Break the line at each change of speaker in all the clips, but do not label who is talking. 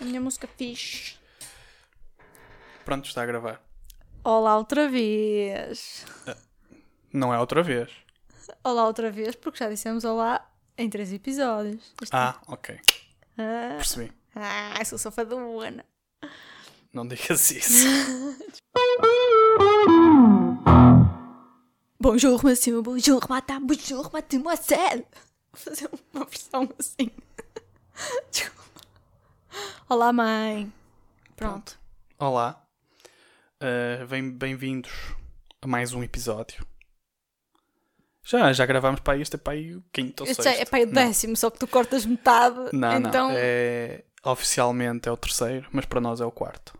A minha música fixe.
Pronto, está a gravar.
Olá outra vez.
Não é outra vez.
Olá outra vez, porque já dissemos olá em três episódios. Este- é.
Ah, ok.
Ah,
Percebi.
ah, sou safadona.
Não digas isso.
Bonjour, monsieur. Bonjour, madame. Bonjour, mademoiselle. Vou fazer uma versão assim. Desculpa. Olá, mãe. Pronto.
Olá. Ah, bem- Bem-vindos a mais um episódio. Já, já gravámos para este, é para aí o quinto ou
Este
sexto.
já é para aí o
Não.
décimo, só que tu cortas metade.
Não, não.
então,
É, oficialmente é o terceiro, mas para nós é o quarto.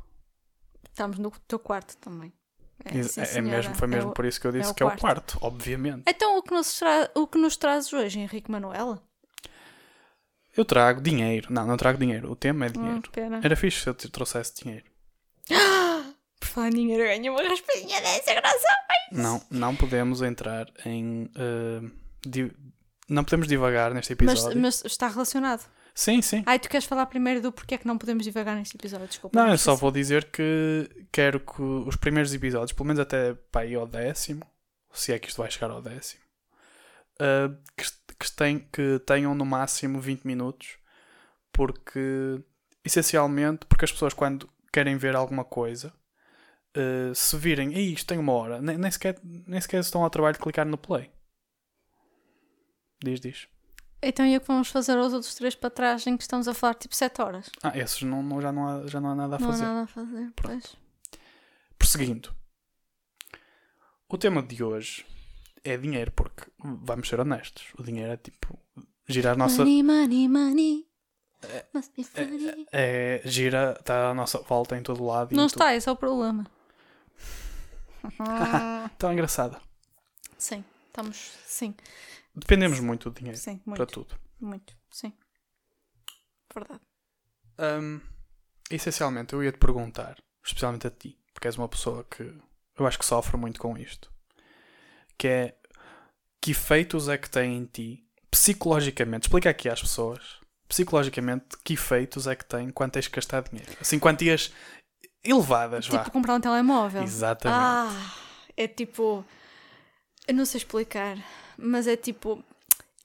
estamos no teu quarto também.
E-
sim,
é, é
senhora.
mesmo, foi
É
mesmo
o-
por isso que eu disse
o
que é o
quarto.
quarto, obviamente.
Então, o que nos, tra- o que nos trazes hoje, Henrique Manuela?
Eu trago dinheiro. Não, não trago dinheiro. O tema é
Hum,
dinheiro.
pena.
Era fixe se eu te trouxesse dinheiro.
Por falar em dinheiro, eu ganho uma raspadinha dessa, graça.
Não, não podemos entrar em. eh, di- não podemos divagar neste
Mas,
episódio.
mas está relacionado.
Sim, sim.
Ai, tu queres falar primeiro do porquê é que não podemos divagar neste episódio? Desculpa.
Não, eu
esqueci.
só vou dizer que quero que os primeiros episódios, pelo menos até para aí ao décimo, se é que isto vai chegar ao décimo, eh, que, est- que, tem- que tenham no máximo 20 minutos, porque essencialmente, porque as pessoas quando querem ver alguma coisa, eh, se virem, "Ih, isto tem uma hora, nem, nem sequer, nem sequer estão ao trabalho de clicar no play. Diz, diz.
Então, e o que vamos fazer aos outros três para trás em que estamos a falar tipo 7 horas?
Ah, esses não, não- já, não há, já não há nada a
não
fazer.
há nada a fazer. Pois.
Prosseguindo. O tema de hoje é dinheiro, porque vamos ser honestos. O dinheiro é tipo. Gira a nossa.
Money, money, money. Must be funny.
É, gira, está à nossa volta em todo lado. e
Não
em tudo.
está, esse é o problema. Ah,
Tão engraçada.
sim, estamos. Sim,
Dependemos muito do dinheiro
sim,
para
muito.
tudo.
Muito, sim. Verdade.
Hum, essencialmente, eu ia te perguntar, especialmente a ti, porque és uma pessoa que eu acho que sofre muito com isto, que é que efeitos é que tem em ti psicologicamente? Explica aqui às pessoas, psicologicamente, que efeitos é que tem quando tens que gastar dinheiro? Assim, quantias elevadas,
Tipo,
vá.
comprar um telemóvel.
Exatamente.
Ah, é tipo. Eu não sei explicar, mas é tipo.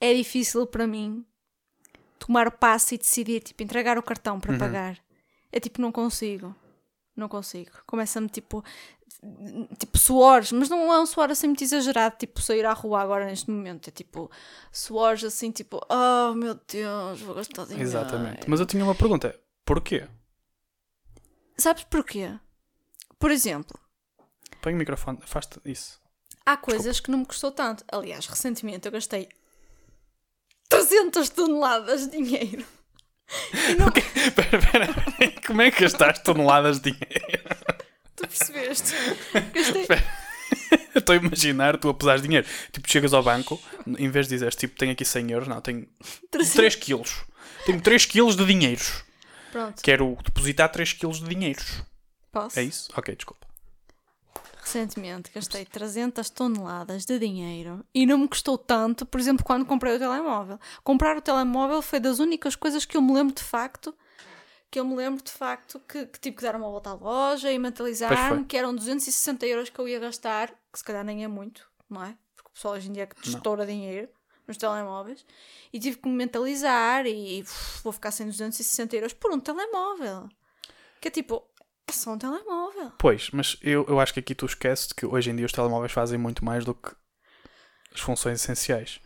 É difícil para mim tomar o passo e decidir, tipo, entregar o cartão
Uhum.
para pagar. É tipo, não consigo. Não consigo. Começa-me tipo. Tipo, suores, mas não é um suor assim muito exagerado, tipo, sair à rua agora neste momento. É tipo, suores assim, tipo, oh meu Deus, vou gastar dinheiro.
Exatamente. Mas eu tinha uma pergunta: é, porquê?
Sabes porquê? Por exemplo,
Põe o microfone, faz isso.
Há coisas que não me custou tanto. Aliás, recentemente eu gastei 300 toneladas de dinheiro. E não,
Espera, espera, como é que gastaste toneladas de dinheiro?
tu percebeste? Gastei,
Eu Estou a imaginar tu a pesar dinheiro. Tipo, chegas ao banco, em vez de dizeres, tipo, tenho aqui 100 euros, não, tenho 3 quilos. Tenho 3 quilos de dinheiros.
pronto,
Quero depositar 3 quilos de dinheiros.
posso?
É isso? Ok, desculpa.
Recentemente gastei 300 toneladas de dinheiro e não me custou tanto, por exemplo, quando comprei o telemóvel. Comprar o telemóvel foi das únicas coisas que eu me lembro de facto que eu me lembro de facto que, que tive que dar uma volta à loja e
Pois
mentalizar-me
foi.
que eram 260 euros que eu ia gastar, que se calhar nem é muito, não é? Porque o pessoal hoje em dia é que te estoura dinheiro nos telemóveis e tive que me mentalizar e uf, vou ficar sem 260 euros por um telemóvel. Que é tipo, é só um telemóvel.
Pois, mas eu, eu acho que aqui tu esqueces que hoje em dia os telemóveis fazem muito mais do que as funções essenciais.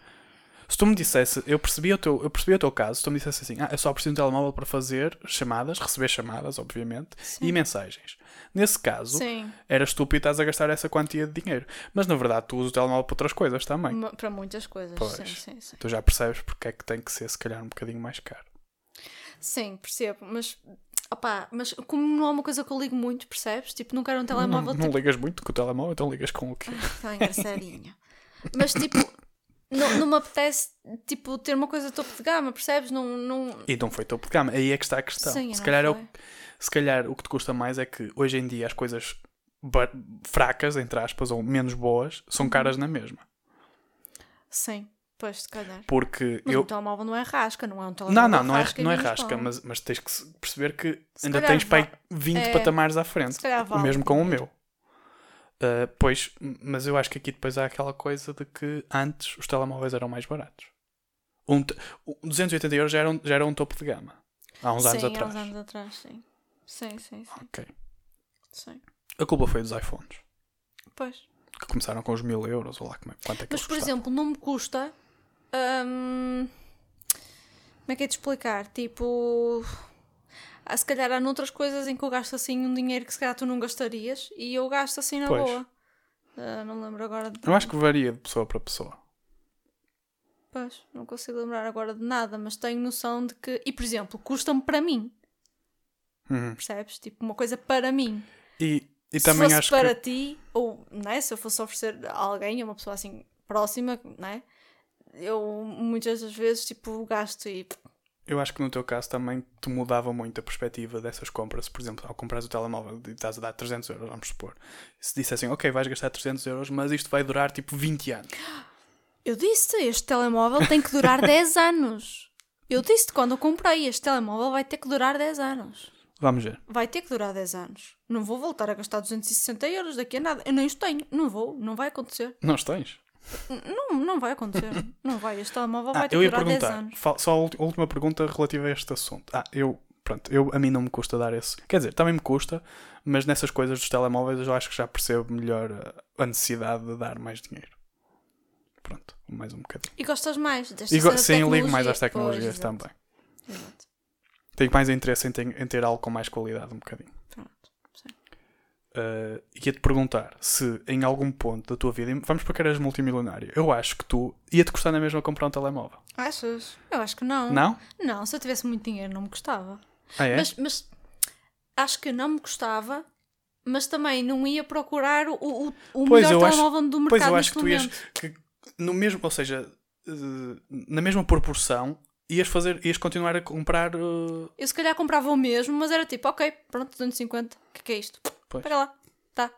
Se tu me dissesse, eu percebi o teu, eu percebi o teu caso, se tu me dissesse assim, ah, eu só preciso de um telemóvel para fazer chamadas, receber chamadas, obviamente, e mensagens. Nesse caso,
Sim.
era estúpido estás a gastar essa quantia de dinheiro. Mas na verdade tu usas o telemóvel para outras coisas também.
Ma- Para muitas coisas,
Pois.
sim, sim, sim.
Tu já percebes porque é que tem que ser se calhar um bocadinho mais caro.
Sim, percebo, mas opá, mas como não é uma coisa que eu ligo muito, percebes? Tipo, não quero um telemóvel
não ligas muito com o telemóvel, então ligas com o quê?
tipo tão engraçadinho. mas tipo, não, não me apetece tipo, ter uma coisa topo de gama, percebes? Não, não...
E não foi topo de gama. Aí é que está a questão.
Sim,
se,
não
calhar é o,
foi.
se calhar o que te custa mais é que hoje em dia as coisas ba-
Uhum.
fracas, entre aspas, ou menos boas, são caras na mesma.
Sim, Pois, se calhar.
Porque
Mas
eu.
um telemóvel não é rasca, não é um
Não,
telemóvel.
não, não é,
rasca e
não é
menos
rasca,
bom.
mas, mas tens que se- perceber que
Se
ainda
calhar
tens para aí
va-
20
é,
patamares à frente.
se calhar
o
vale
mesmo com o meu.
primeiro.
Ah, pois, m- mas eu acho que aqui depois há aquela coisa de que antes os telemóveis eram mais baratos. Um, te- um 280 euros já era um, já era um topo de gama. Há uns anos
sim,
atrás.
Há uns anos atrás, sim. Sim, sim, sim.
Ok.
sim.
A culpa foi dos iPhones,
Pois.
que começaram com os 1000 euros, ou lá como é, quanto é que
Mas,
eles
por
custaram.
exemplo, não me custa. hum, como é que é de explicar? Tipo. Há, se calhar há noutras coisas em que eu gasto assim um dinheiro que se calhar tu não gastarias e eu gasto assim na
Pois.
boa. Ah, não lembro agora de.
Eu acho que varia de pessoa para pessoa.
Pois, não consigo lembrar agora de nada, mas tenho noção de que. E, por exemplo, custa-me para mim,
Uhum.
percebes? Tipo, uma coisa para mim.
E, e
se
também
fosse
acho
para
que.
ti, ou não é? se eu fosse oferecer a alguém, a uma pessoa assim próxima, não é? eu muitas das vezes tipo, gasto e
Eu acho que no teu caso também te mudava muito a perspectiva dessas compras. Por exemplo, ao comprar o telemóvel e estás a dar 300 euros, vamos supor. Se dissessem, ok, vais gastar 300 euros, mas isto vai durar tipo 20 anos.
eu disse este telemóvel tem que durar 10 anos. Eu disse quando eu comprei este telemóvel vai ter que durar 10 anos.
Vamos ver.
Vai ter que durar 10 anos. Não vou voltar a gastar 260 euros daqui a nada. Eu nem os tenho. Não vou. Não vai acontecer.
Não os tens?
Não, não vai acontecer. não vai. Este telemóvel vai
ah,
ter
eu
que
ia
durar 10
perguntar.
anos.
Fal- Só a ulti- a última pergunta relativa a este assunto. Ah, eu. Pronto, eu, a mim não me custa dar esse. Quer dizer, também me custa, mas nessas coisas dos telemóveis eu acho que já percebo melhor eh, a necessidade de dar mais dinheiro. Pronto, mais um bocadinho.
E gostas mais desta
E go-
cena de
sim, ligo mais
é tecnologia.
às tecnologias tá.
Pois, exato,
também.
exato.
Tenho mais interesse em ter, em ter algo com mais qualidade, um bocadinho.
Pronto. sim.
Uh, ia-te perguntar se em algum ponto da tua vida, vamos para que eras multimilionário, eu acho que tu ia-te custar na mesma comprar um telemóvel.
Achas? Eu acho que não.
Não?
Não, se eu tivesse muito dinheiro não me gostava.
Ah, é?
Mas, mas acho que não me gostava, mas também não ia procurar o, o, o
Pois, eu
melhor
acho-
telemóvel do mercado
pois eu acho
neste
que tu ias
momento.
que no mesmo, ou seja, uh, na mesma proporção ias fazer, ias continuar a comprar uh,
Eu se calhar comprava o mesmo, mas era tipo, ok, pronto, 250, o que é que é isto?
Pois.
Para lá, tá.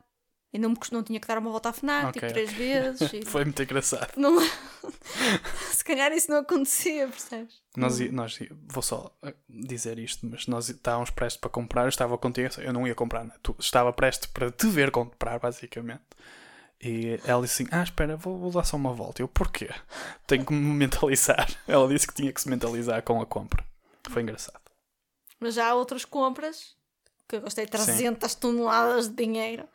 E não, me cust... não tinha que dar uma volta à FNAC,
Ok,
tipo, três vezes. e-
foi muito engraçado.
não- se calhar isso não acontecia, percebes?
Nós, i- nós i- vou só uh, dizer isto, mas nós i- estávamos prestes para comprar, eu estava contigo, eu não ia comprar, né? tu, estava prestes para te ver comprar, basicamente. E ela disse assim: Ah, espera, vou, vou dar só uma volta. Eu, porquê? Tenho que me mentalizar. Ela disse que tinha que se mentalizar com a compra. Foi engraçado.
Mas já há outras compras, que eu gostei de 300 toneladas de dinheiro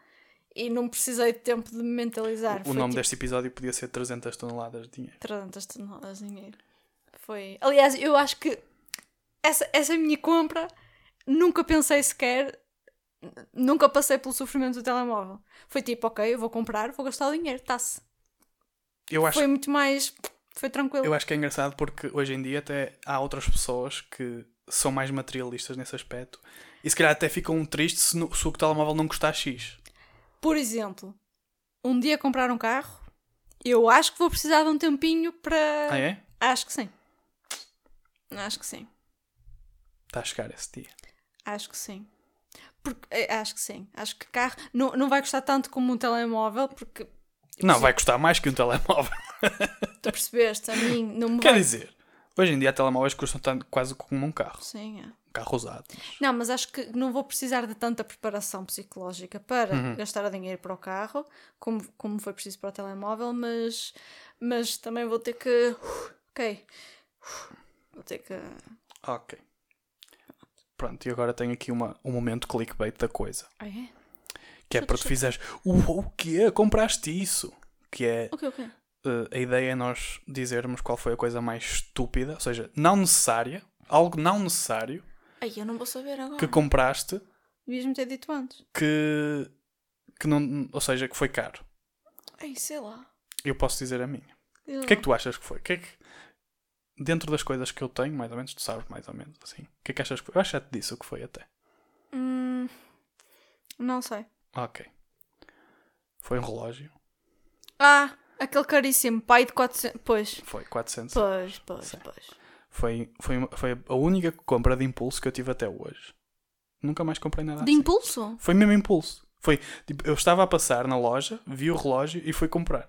e não precisei de tempo de me mentalizar.
o
Foi,
nome
tipo,
deste episódio podia ser 300 toneladas de dinheiro.
300 toneladas de dinheiro. Foi. Aliás, eu acho que essa, essa minha compra nunca pensei sequer, n- nunca passei pelo sofrimento do telemóvel. Foi tipo, ok, eu vou comprar, vou gastar o dinheiro, está-se.
Eu acho,
Foi um muito mais. Foi tranquilo.
eu acho que é engraçado porque hoje em dia até há outras pessoas que são mais materialistas nesse aspecto e se calhar até ficam tristes se, no- se o telemóvel não custar X.
Por exemplo, um dia comprar um carro, eu acho que vou precisar de um tempinho para.
Ah, é?
Acho que sim. Acho que sim.
Está a chegar esse dia.
Acho que sim. Porque, eh, acho que sim. Acho que carro não, não vai custar tanto como um telemóvel, porque é
Não, vai custar mais que um telemóvel.
tu percebeste, a mim não me
Quer
vai-
dizer, hoje em dia telemóveis custam tanto, quase como um carro.
Sim, é.
Um carro usado.
Não, mas acho que não vou precisar de tanta preparação psicológica para gastar o dinheiro para o carro, como, como foi preciso para o telemóvel, mas, mas também vou ter que. uf, ok. uf, vou ter que.
Ok. Pronto, e agora tenho aqui uma, um momento clickbait da coisa.
Ah, é?
Que é
Chuta,
para tu
chuta.
fizeres "Uou, o quê? Compraste isso? Que é
Ok, ok.
eh, a ideia é nós dizermos qual foi a coisa mais estúpida, ou seja, não necessária, algo não necessário
Ai, eu não vou saber agora.
que compraste
Devias-me ter dito antes.
que, que não, ou seja, que foi caro.
Ai, sei lá.
Eu posso dizer a minha.
Eu
O que é que tu achas que foi? O que é que- Dentro das coisas que eu tenho, mais ou menos, tu sabes mais ou menos assim. O que é que achas que foi? Eu acho que já te disse o que foi até.
Hum, não sei.
Ok. Foi um relógio.
Ah, aquele caríssimo pai de 400. Pois,
Foi 400.
pois, pois,
Sim.
pois.
Foi, foi, uma- foi a única compra de impulso que eu tive até hoje. Nunca mais comprei nada
De
assim.
impulso?
Foi mesmo impulso. Foi, tipo, eu estava a passar na loja, vi o relógio e fui comprar.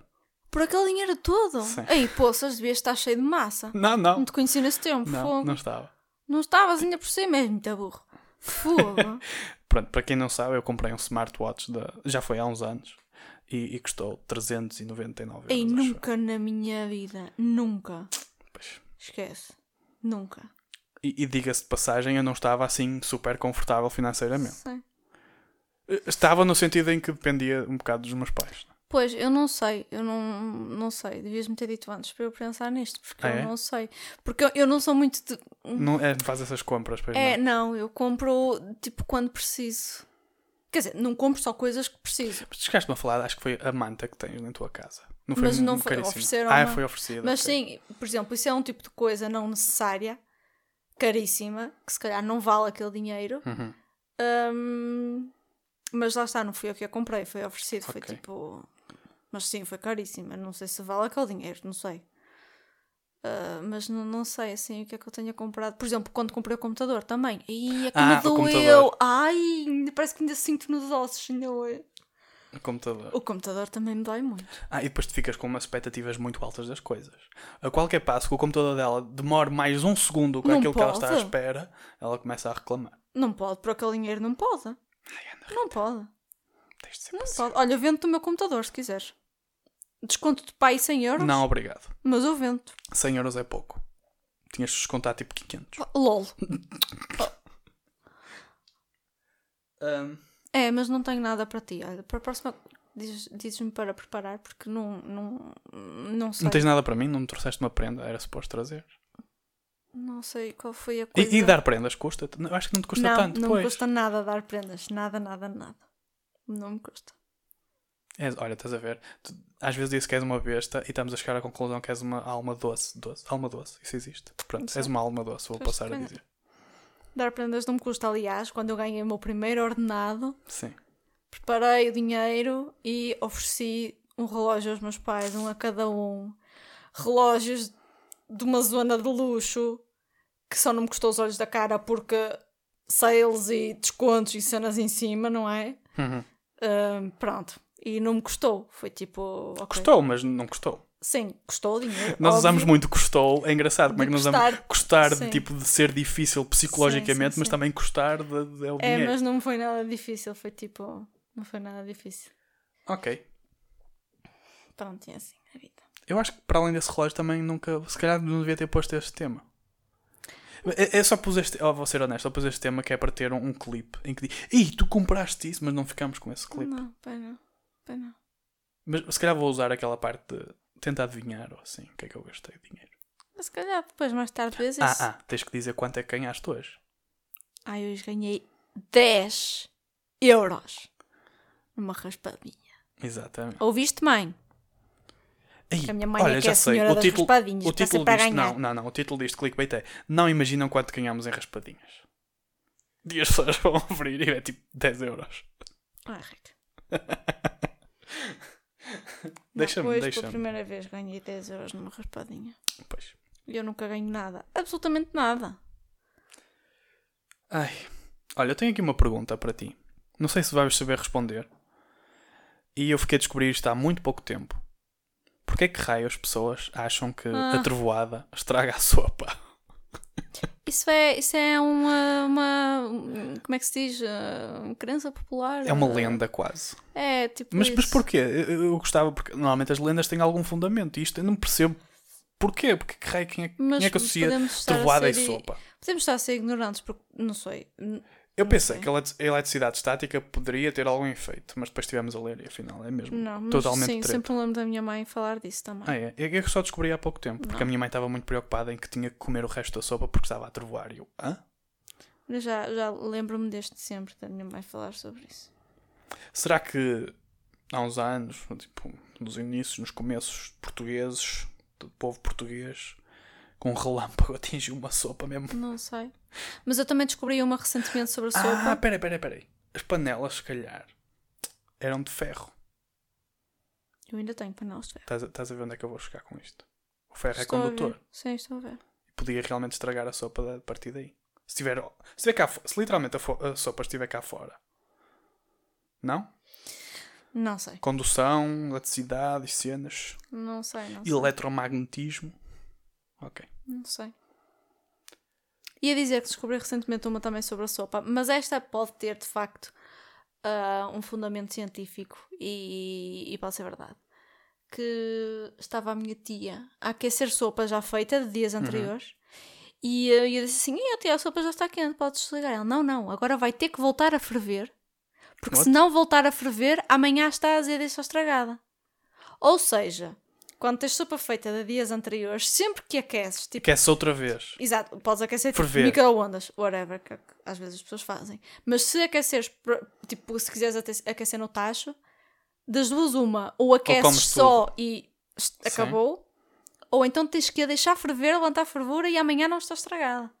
Por aquele dinheiro todo.
Sim.
Aí, poças, devias estar cheio de massa.
Não, não.
Não te conheci nesse tempo,
Não,
fogo.
não
Não,
estava.
estavas ainda por si mesmo, muito burro. Fogo.
Pronto, para quem não sabe, eu comprei um smartwatch da... já foi há uns anos e, e custou 399
Ei,
euros. acho eu.
nunca na minha vida. Nunca.
Pois.
Esquece. Nunca.
E, e diga-se de passagem, eu não estava assim super confortável financeiramente. Eh,
Sei.
Estava no sentido em que dependia um bocado dos meus pais.
Pois, eu não sei, eu não, não sei. Devias-me ter dito antes para eu pensar nisto, porque
Ah, é?
eu não sei. Porque eu, eu não sou muito de.
Não é, faz essas compras, pois
Hum. É,
não.
não, eu compro tipo quando preciso. Quer dizer, não compro só coisas que preciso.
Mas chegaste-me a falar, acho que foi a manta que tens na tua casa. Não
Mas não
um
foi-
caríssimo.
ofereceram
Ah,
uma-
foi oferecida.
Mas
ok.
sim, por exemplo, isso é um tipo de coisa não necessária, caríssima, que se calhar não vale aquele dinheiro.
Uhum.
Hum, mas lá está, não fui eu que a comprei, foi oferecido, foi
Ok.
tipo. Mas sim, foi caríssima. Não sei se vale aquele dinheiro, não sei. Ah, mas não, não sei assim o que é que eu tenha comprado. Por exemplo, quando comprei o computador também. Ai, é que
Ah,
me
o
doeu!
computador.
Ai, ainda parece que ainda sinto nos ossos, ainda hoje.
O computador.
O computador também me dói muito.
Ah, e depois tu ficas com umas expectativas muito altas das coisas. A qualquer passo que o computador dela demore mais um segundo com
Não
aquilo que ela está à
pode.
espera, ela começa a reclamar.
Não pode, por aquele dinheiro não pode.
Ai, Ana,
Não pode.
tens de ser
Não
paciente.
pode. Olha, eu vendo do meu computador se quiseres. Desconto de pai 100 euros,
Não, obrigado.
mas eu vendo.
100 euros é pouco. Tinhas de descontar tipo 500.
Ah, LOL.
Ahm,
É, mas não tenho nada para ti. Olha, para a próxima dizes- dizes-me para preparar porque não, não, não sei.
não tens nada para mim? Não me trouxeste uma prenda? Era suposto trazer.
Não sei qual foi a
E,
coisa.
e dar prendas custa? Não, Acho que não te custa
é. não,
tanto,
não me
pois.
custa nada dar prendas. Nada, nada, nada. Não me custa.
É, olha, estás a ver? Tu- às vezes dizes que és uma besta e estamos a chegar à conclusão que és uma alma doce. doce? Alma doce, isso existe. Pronto, és uma alma doce, vou
Pois,
passar a
pena.
dizer.
Dar prendas não me custa, aliás, quando eu ganhei o meu primeiro ordenado,
Sim.
preparei o dinheiro e ofereci um relógio aos meus pais, um a cada um. Relógios de uma zona de luxo que só não me custou os olhos da cara porque sales e descontos e cenas em cima, não é?
Uhum.
Ahm, pronto. E não me custou. Foi tipo. ok.
Custou, mas não custou.
Sim, custou o dinheiro.
Nós
óbvio.
usamos muito custou, é engraçado como é
De
que nós usamos
custar.
custar de,
Sim.
tipo, de ser difícil psicologicamente,
sim,
mas
sim.
também custar de, de- é o
É,
dinheiro.
mas não foi nada difícil. Foi tipo. Não foi nada difícil.
Ok.
Pronto, é assim a vida.
Eu acho que para além desse relógio também nunca. Se calhar não devia ter posto este tema. É, é só pus este. Oh, vou ser honesto, só pus este tema que é para ter um, um clipe em que diz. Ih, tu compraste isso, mas não ficamos com esse clipe.
Não, pai não. Pai não.
Mas se calhar vou usar aquela parte de tentar adivinhar ou assim, o que é que eu gastei de dinheiro.
Mas se calhar depois, mais tarde, vezes.
Ah, ah, tens que dizer quanto é que ganhaste hoje.
Ai, hoje ganhei 10 euros numa raspadinha.
Exatamente.
Ouviste, mãe?
Aí,
A minha mãe é que é a senhora das raspadinhas,
o tipo,
está
título
sempre a
disto,
ganhar.
não, não, não, o título disto clickbait é Não imaginam quanto ganhamos em raspadinhas. E as pessoas vão abrir e é tipo 10 euros.
Ah, Rica.
Deixa-me,
Hoje,
deixa-me.
pela primeira vez, ganhei 10 euros numa raspadinha.
Pois.
E eu nunca ganho nada. Absolutamente nada.
Ai. Olha, eu tenho aqui uma pergunta para ti. Não sei se vais saber responder. E eu fiquei a descobrir isto há muito pouco tempo. Porquê é que raio as pessoas acham que a
Ah.
trovoada estraga a sopa?
Isso é, isso é uma, uma- Como é que se diz? Ah, Uma crença popular.
É uma
ah,
lenda quase.
É, tipo.
Mas, mas
isso.
porquê? Eu, eu- eu gostava, porque normalmente as lendas têm algum fundamento e isto eu não percebo porquê. Porque que raio, quem é,
Mas
quem é que associa
podemos estar a
trovoada e
ser i-
sopa?
Podemos estar a ser ignorantes, porque. Não sei. N-
Eu
não
pensei
sei.
que a elet- a eletricidade estática poderia ter algum efeito, mas depois estivemos a ler e afinal é mesmo
Não, mas
totalmente
sim,
treta.
sempre me lembro da minha mãe falar disso também.
Ah, é? Eu, eu só descobri há pouco tempo, porque a minha mãe estava muito preocupada em que tinha que comer o resto da sopa porque estava a trovoar. E eu, hã?
Eu Já, já lembro-me deste sempre, da minha mãe falar sobre isso.
Será que há uns anos, tipo, nos inícios, nos começos portugueses, do povo português, com um relâmpago atingiu uma sopa mesmo
Não sei. Mas eu também descobri uma recentemente sobre a
Ah,
sopa.
peraí, peraí, peraí. As panelas, se calhar, eram de ferro.
Eu ainda tenho panelas de ferro.
Estás a, estás a ver onde é que eu vou chegar com isto? O ferro
Estou
é
a
condutor.
ver. Sim, estou a ver.
Podia realmente estragar a sopa da- a partir daí. Se tiver, se tiver cá fo- se literalmente a, fo- a sopa estiver cá fora. Não?
Não sei.
Condução, eletricidade e cenas.
Não sei, não sei.
Eletromagnetismo. Ok.
Não sei. Ia dizer que descobri recentemente uma também sobre a sopa, mas esta pode ter de facto ah, um fundamento científico e, e pode ser verdade. Que estava a minha tia a aquecer sopa já feita de dias anteriores e eu, eu disse assim: "Ih, tia, a sopa já está quente, podes desligar. Ela: Não, não, agora vai ter que voltar a ferver, porque
What?
se não voltar a ferver, amanhã está azeda e só estragada. Ou seja, quando tens sopa feita de dias anteriores, sempre que aqueces, tipo,
Aquece outra vez.
Exato, podes aquecer tipo,
Ferver.
micro-ondas, whatever, que que às vezes as pessoas fazem. Mas se aqueceres, pr- tipo, se quiseres ate- aquecer no tacho, das duas uma, ou
comes
aqueces só e est-
Sim.
acabou, ou então tens que a deixar ferver, levantar fervura e amanhã não está estragada.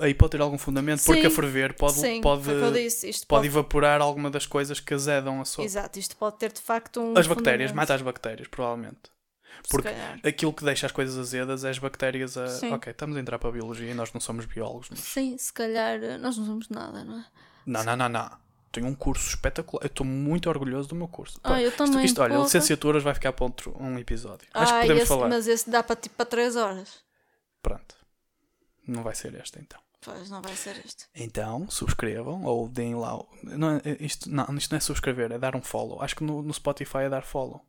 Aí pode ter algum fundamento, porque
Sim.
a ferver pode,
Sim,
pode,
foi o que eu disse. Isto
pode
pode,
evaporar alguma das coisas que azedam a sopa.
exato, isto pode ter de facto um.
As bactérias,
fundamento,
mata as bactérias, provavelmente.
se
porque-
calhar.
Aquilo que deixa as coisas azedas é as bactérias a.
Sim.
Ok, estamos a entrar para a biologia e nós não é? somos biólogos. mas-
Sim, se calhar eh, nós não somos nada, não é?
Não, não, não, não. Tenho um curso espetacular. Eu estou muito orgulhoso do meu curso.
Ah, eu
isto,
também,
isto, olha,
porra.
licenciaturas vai ficar para outro, um episódio. Acho que
Ah,
podemos
esse-
falar.
Mas esse dá para tipo para 3 horas.
Pronto. Não vai ser este então.
Pois, não vai ser este.
Então, subscrevam ou deem lá. o- Não, é- isto, não, isto não é subscrever, é dar um follow. Acho que no, no Spotify é dar follow.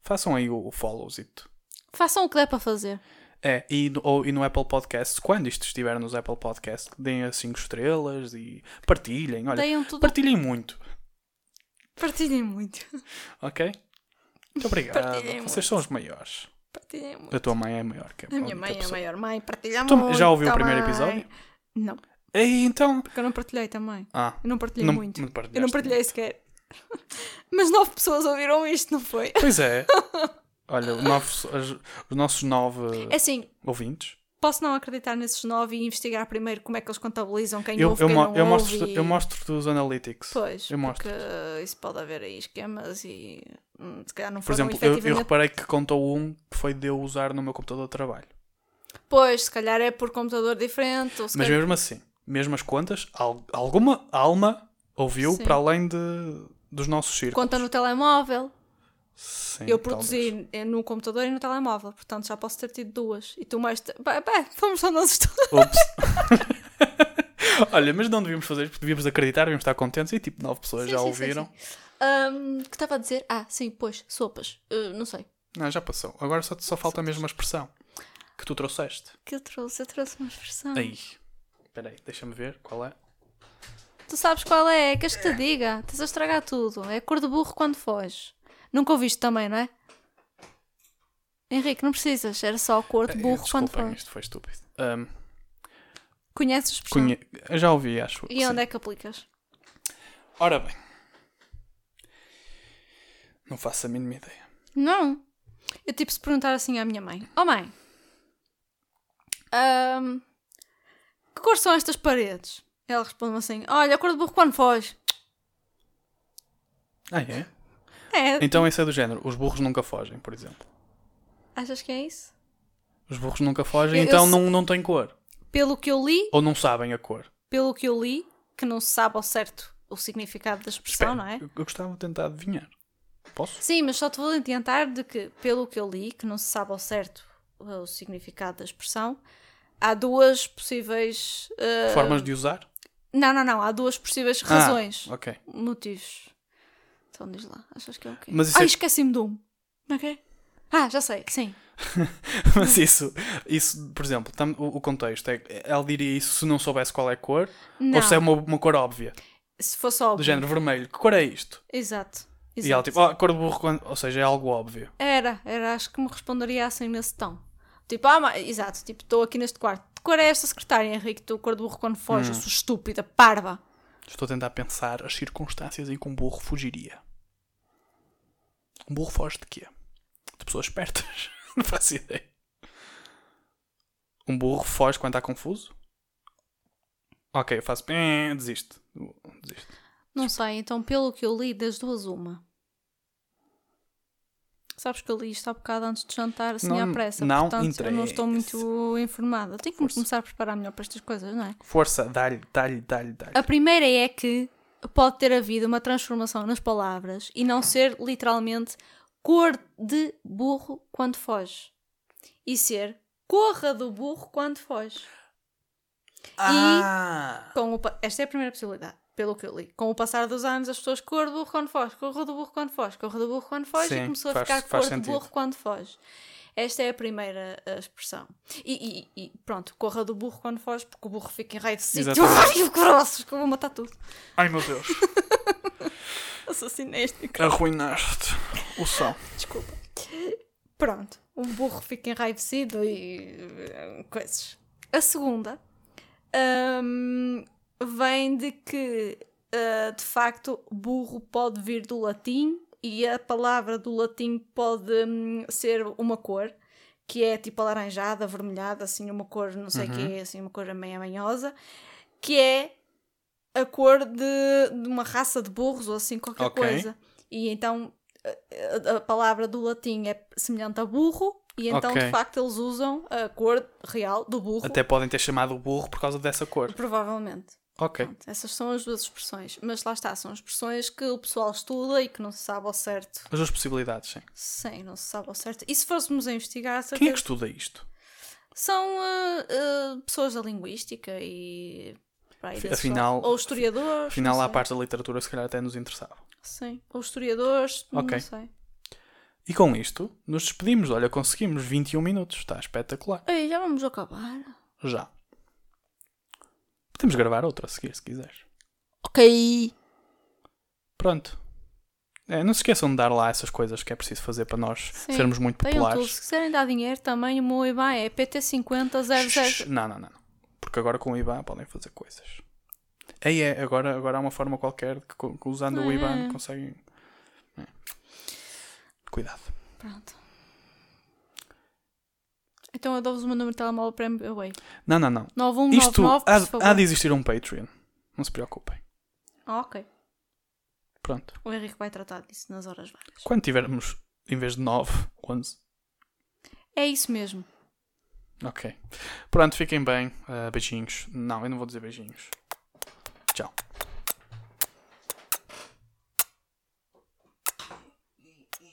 Façam aí o, o followzito.
Façam o que der para fazer.
É, e no, ou, e no Apple Podcasts, quando isto estiver nos Apple Podcasts, deem as 5 estrelas e partilhem. Olha,
Deem tudo.
partilhem muito,
Partilhem muito.
ok? Muito obrigado.
Partilhem
Vocês
muito.
são os maiores.
Partilhem muito.
A tua mãe é maior que a
A minha
outra
mãe é a
pessoa.
maior Tá mãe. Partilha
Tu
muito.
já ouviu o
também.
primeiro episódio?
Não,
Ei, então.
porque eu não partilhei também.
Ah,
Eu não partilhei
não,
muito.
não
eu não
partilhaste.
partilhei sequer. Mas nove pessoas ouviram isto, não foi?
Pois é. Olha, o novo- as- os nossos nove
É assim,
ouvintes.
posso não acreditar nesses nove e investigar primeiro como é que eles contabilizam quem
Eu,
ouve,
eu,
quem
mo-
não
eu
ouve.
mostro,
e-
eu mostro-te os analytics.
Pois,
eu mostro.
porque isso pode haver aí esquemas e hum, se calhar não
Por
foram
exemplo, eu, eu
efetivamente-
reparei que contou um que foi de eu usar no meu computador de trabalho.
Pois, se calhar é por computador diferente. Ou se
Mas
calhar...
mesmo assim, mesmo as contas, al- alguma alma ouviu
Sim.
para além de, dos nossos círculos.
Conta no telemóvel.
Sim,
Eu
talvez.
produzi eh, no computador e no telemóvel, portanto já posso ter tido duas. E tu mais. te- Pá, pá, fomos só nós todos.
Ups. Olha, mas não devíamos fazer isto porque devíamos acreditar, devíamos estar contentes e tipo, nove pessoas
Sim,
já
sim, sim,
ouviram.
Ahm, que estava a dizer? Ah, sim, pois, sopas. Ah, não sei.
Não, já passou. Agora só, só falta a mesma expressão que tu trouxeste.
que eu trouxe? Eu trouxe uma expressão.
Aí. Espera aí, deixa-me ver qual é.
Tu sabes qual é? Queres que te diga? Estás a estragar tudo. É cor de burro quando foges. Nunca ouviste também, não é? Henrique, não precisas. Era só cor de burro
Eh,
quando
Desculpem,
foges.
isto foi estúpido. Ahm,
Conheces a expressão?
conhe- Eu Hum, já ouvi, acho.
E onde é que aplicas?
Ora bem. Não faço a mínima ideia.
Não. Eu tipo se perguntar assim à minha mãe: Oh mãe, ahm, que cor são estas paredes? Ela responde-me assim: Olha, a cor do burro quando foge.
Ah, é?
É,
Então esse é do género. Os burros nunca fogem, por exemplo.
achas que é isso?
Os burros nunca fogem,
Eu- eu
então
se-
não, não têm cor.
Pelo que eu li,
Ou não sabem a cor.
pelo que eu li, que não se sabe ao certo o significado da expressão,
Espera,
não é?
Eu, eu gostava de tentar adivinhar. Posso?
Sim, mas só te vou adiantar de que, pelo que eu li, que não se sabe ao certo uh, o significado da expressão, há duas possíveis. ah,
Formas de usar?
Não, não, não. Há duas possíveis
Ah,
razões.
ok.
motivos. Então diz lá, achas que é o quê?
Mas isso
Ai,
é-
esqueci-me de um. Não é que é? Ah, já sei, sim.
é- Mas isso, isso por exemplo, tam- o, o contexto é. Ela diria isso se não soubesse qual é a cor.
Não,
Ou se é uma, uma cor óbvia.
se fosse óbvio.
Do género vermelho. Que cor é isto?
Exato.
E ela
exato.
tipo, ah, cor de burro. quando-" Ou seja, é algo óbvio.
Era, era, acho que me responderia assim nesse tom. Tipo, ah, mas... exato, tipo, estou aqui neste quarto. De cor é esta secretária, Henrique? Tu, cor de burro quando foge,
Hum.
eu sou estúpida, parva.
Estou a tentar pensar as circunstâncias em que um burro fugiria. Um burro foge de quê? De pessoas espertas. Não faço ideia. Um burro foge quando está confuso? Ok, eu faço. "Eh, Desisto. Desisto.
Não sei, então pelo que eu li, das duas, uma. Sabes que eu li isto há bocado antes de jantar, assim
Não-
à pressa.
não
portanto, eu não estou
interessa.
muito informada. Tenho que me
Força.
começar a preparar melhor para estas coisas, não é?
Força, dá-lhe, dá-lhe, dá-lhe, dá-lhe.
A primeira é que pode ter havido uma transformação nas palavras e não ser literalmente cor de burro quando foge. E ser corra do burro quando foge.
Ah!
Com o pa- Esta é a primeira possibilidade, pelo que eu li. Com o passar dos anos, as pessoas cor do burro quando foge, corra do burro quando foge, corra do burro quando foge, e
Sim,
começou a
faz-
ficar cor
faz
de
sentido.
burro quando foge. Esta é a primeira eh, expressão. E, e- e pronto, corra do burro quando foge, porque o burro fica em raio de sítio.
Exatamente.
Ai, o grossos, que eu vou matar tudo.
Ai meu Deus,
Assassinei este micro.
arruinaste o som.
Desculpa. Pronto, o burro fica enraivecido e eh, coisas. A segunda hum, vem de que, eh, de facto, burro pode vir do latim e a palavra do latim pode hum, ser uma cor, que é tipo alaranjada, avermelhada, assim, uma cor não sei o que, assim, uma cor meio amanhosa, que é a cor de, de uma raça de burros ou assim qualquer
Ok.
coisa. E então a- a, a palavra do latim é semelhante a burro, e então
Ok.
de facto eles usam a cor real do burro.
Até podem ter chamado o burro por causa dessa cor.
Provavelmente.
Ok.
Pronto, essas são as duas expressões. Mas lá está, são expressões que o pessoal estuda e que não se sabe ao certo.
As duas possibilidades, sim.
Sim, não se sabe ao certo. E se fôssemos a investigar,
Quem é
certeza-
que estuda isto?
são ah, ah, pessoas da linguística e. por aí
Afi-
desses
afinal-
lados. ou historiadores.
Afinal,
não
há
sei.
parte da literatura que se calhar até nos interessava.
Sim, ou historiadores,
Ok.
não sei.
E com isto, nos despedimos. Olha, conseguimos 21 minutos. Está espetacular.
Ei, já vamos acabar.
Já. Podemos gravar outra a seguir, se quiseres.
Ok.
Pronto. É, não se esqueçam de dar lá essas coisas que é preciso fazer para nós
Sim.
sermos muito
Tenham tudo.
populares.
Se quiserem dar dinheiro também, o meu IBAN é
Shhh,
PT5000.
Não, não, não. não. Porque agora com o IBAN podem fazer coisas. Aí é, agora, agora há uma forma qualquer que co- que usando o
Ah,
IBAN
é.
conseguem. É. Cuidado.
Pronto. Então eu dou-vos o meu número de telemóvel para MBWay.
Não, não, não. Isto
9199, por favor.
há, há de existir um Patreon. Não se preocupem.
Ah, ok.
Pronto.
O Henrique vai tratar disso nas horas vagas.
Quando tivermos, em vez de 9, 11.
É isso mesmo.
Ok. Pronto, fiquem bem. Ah, beijinhos. Não, eu não vou dizer beijinhos.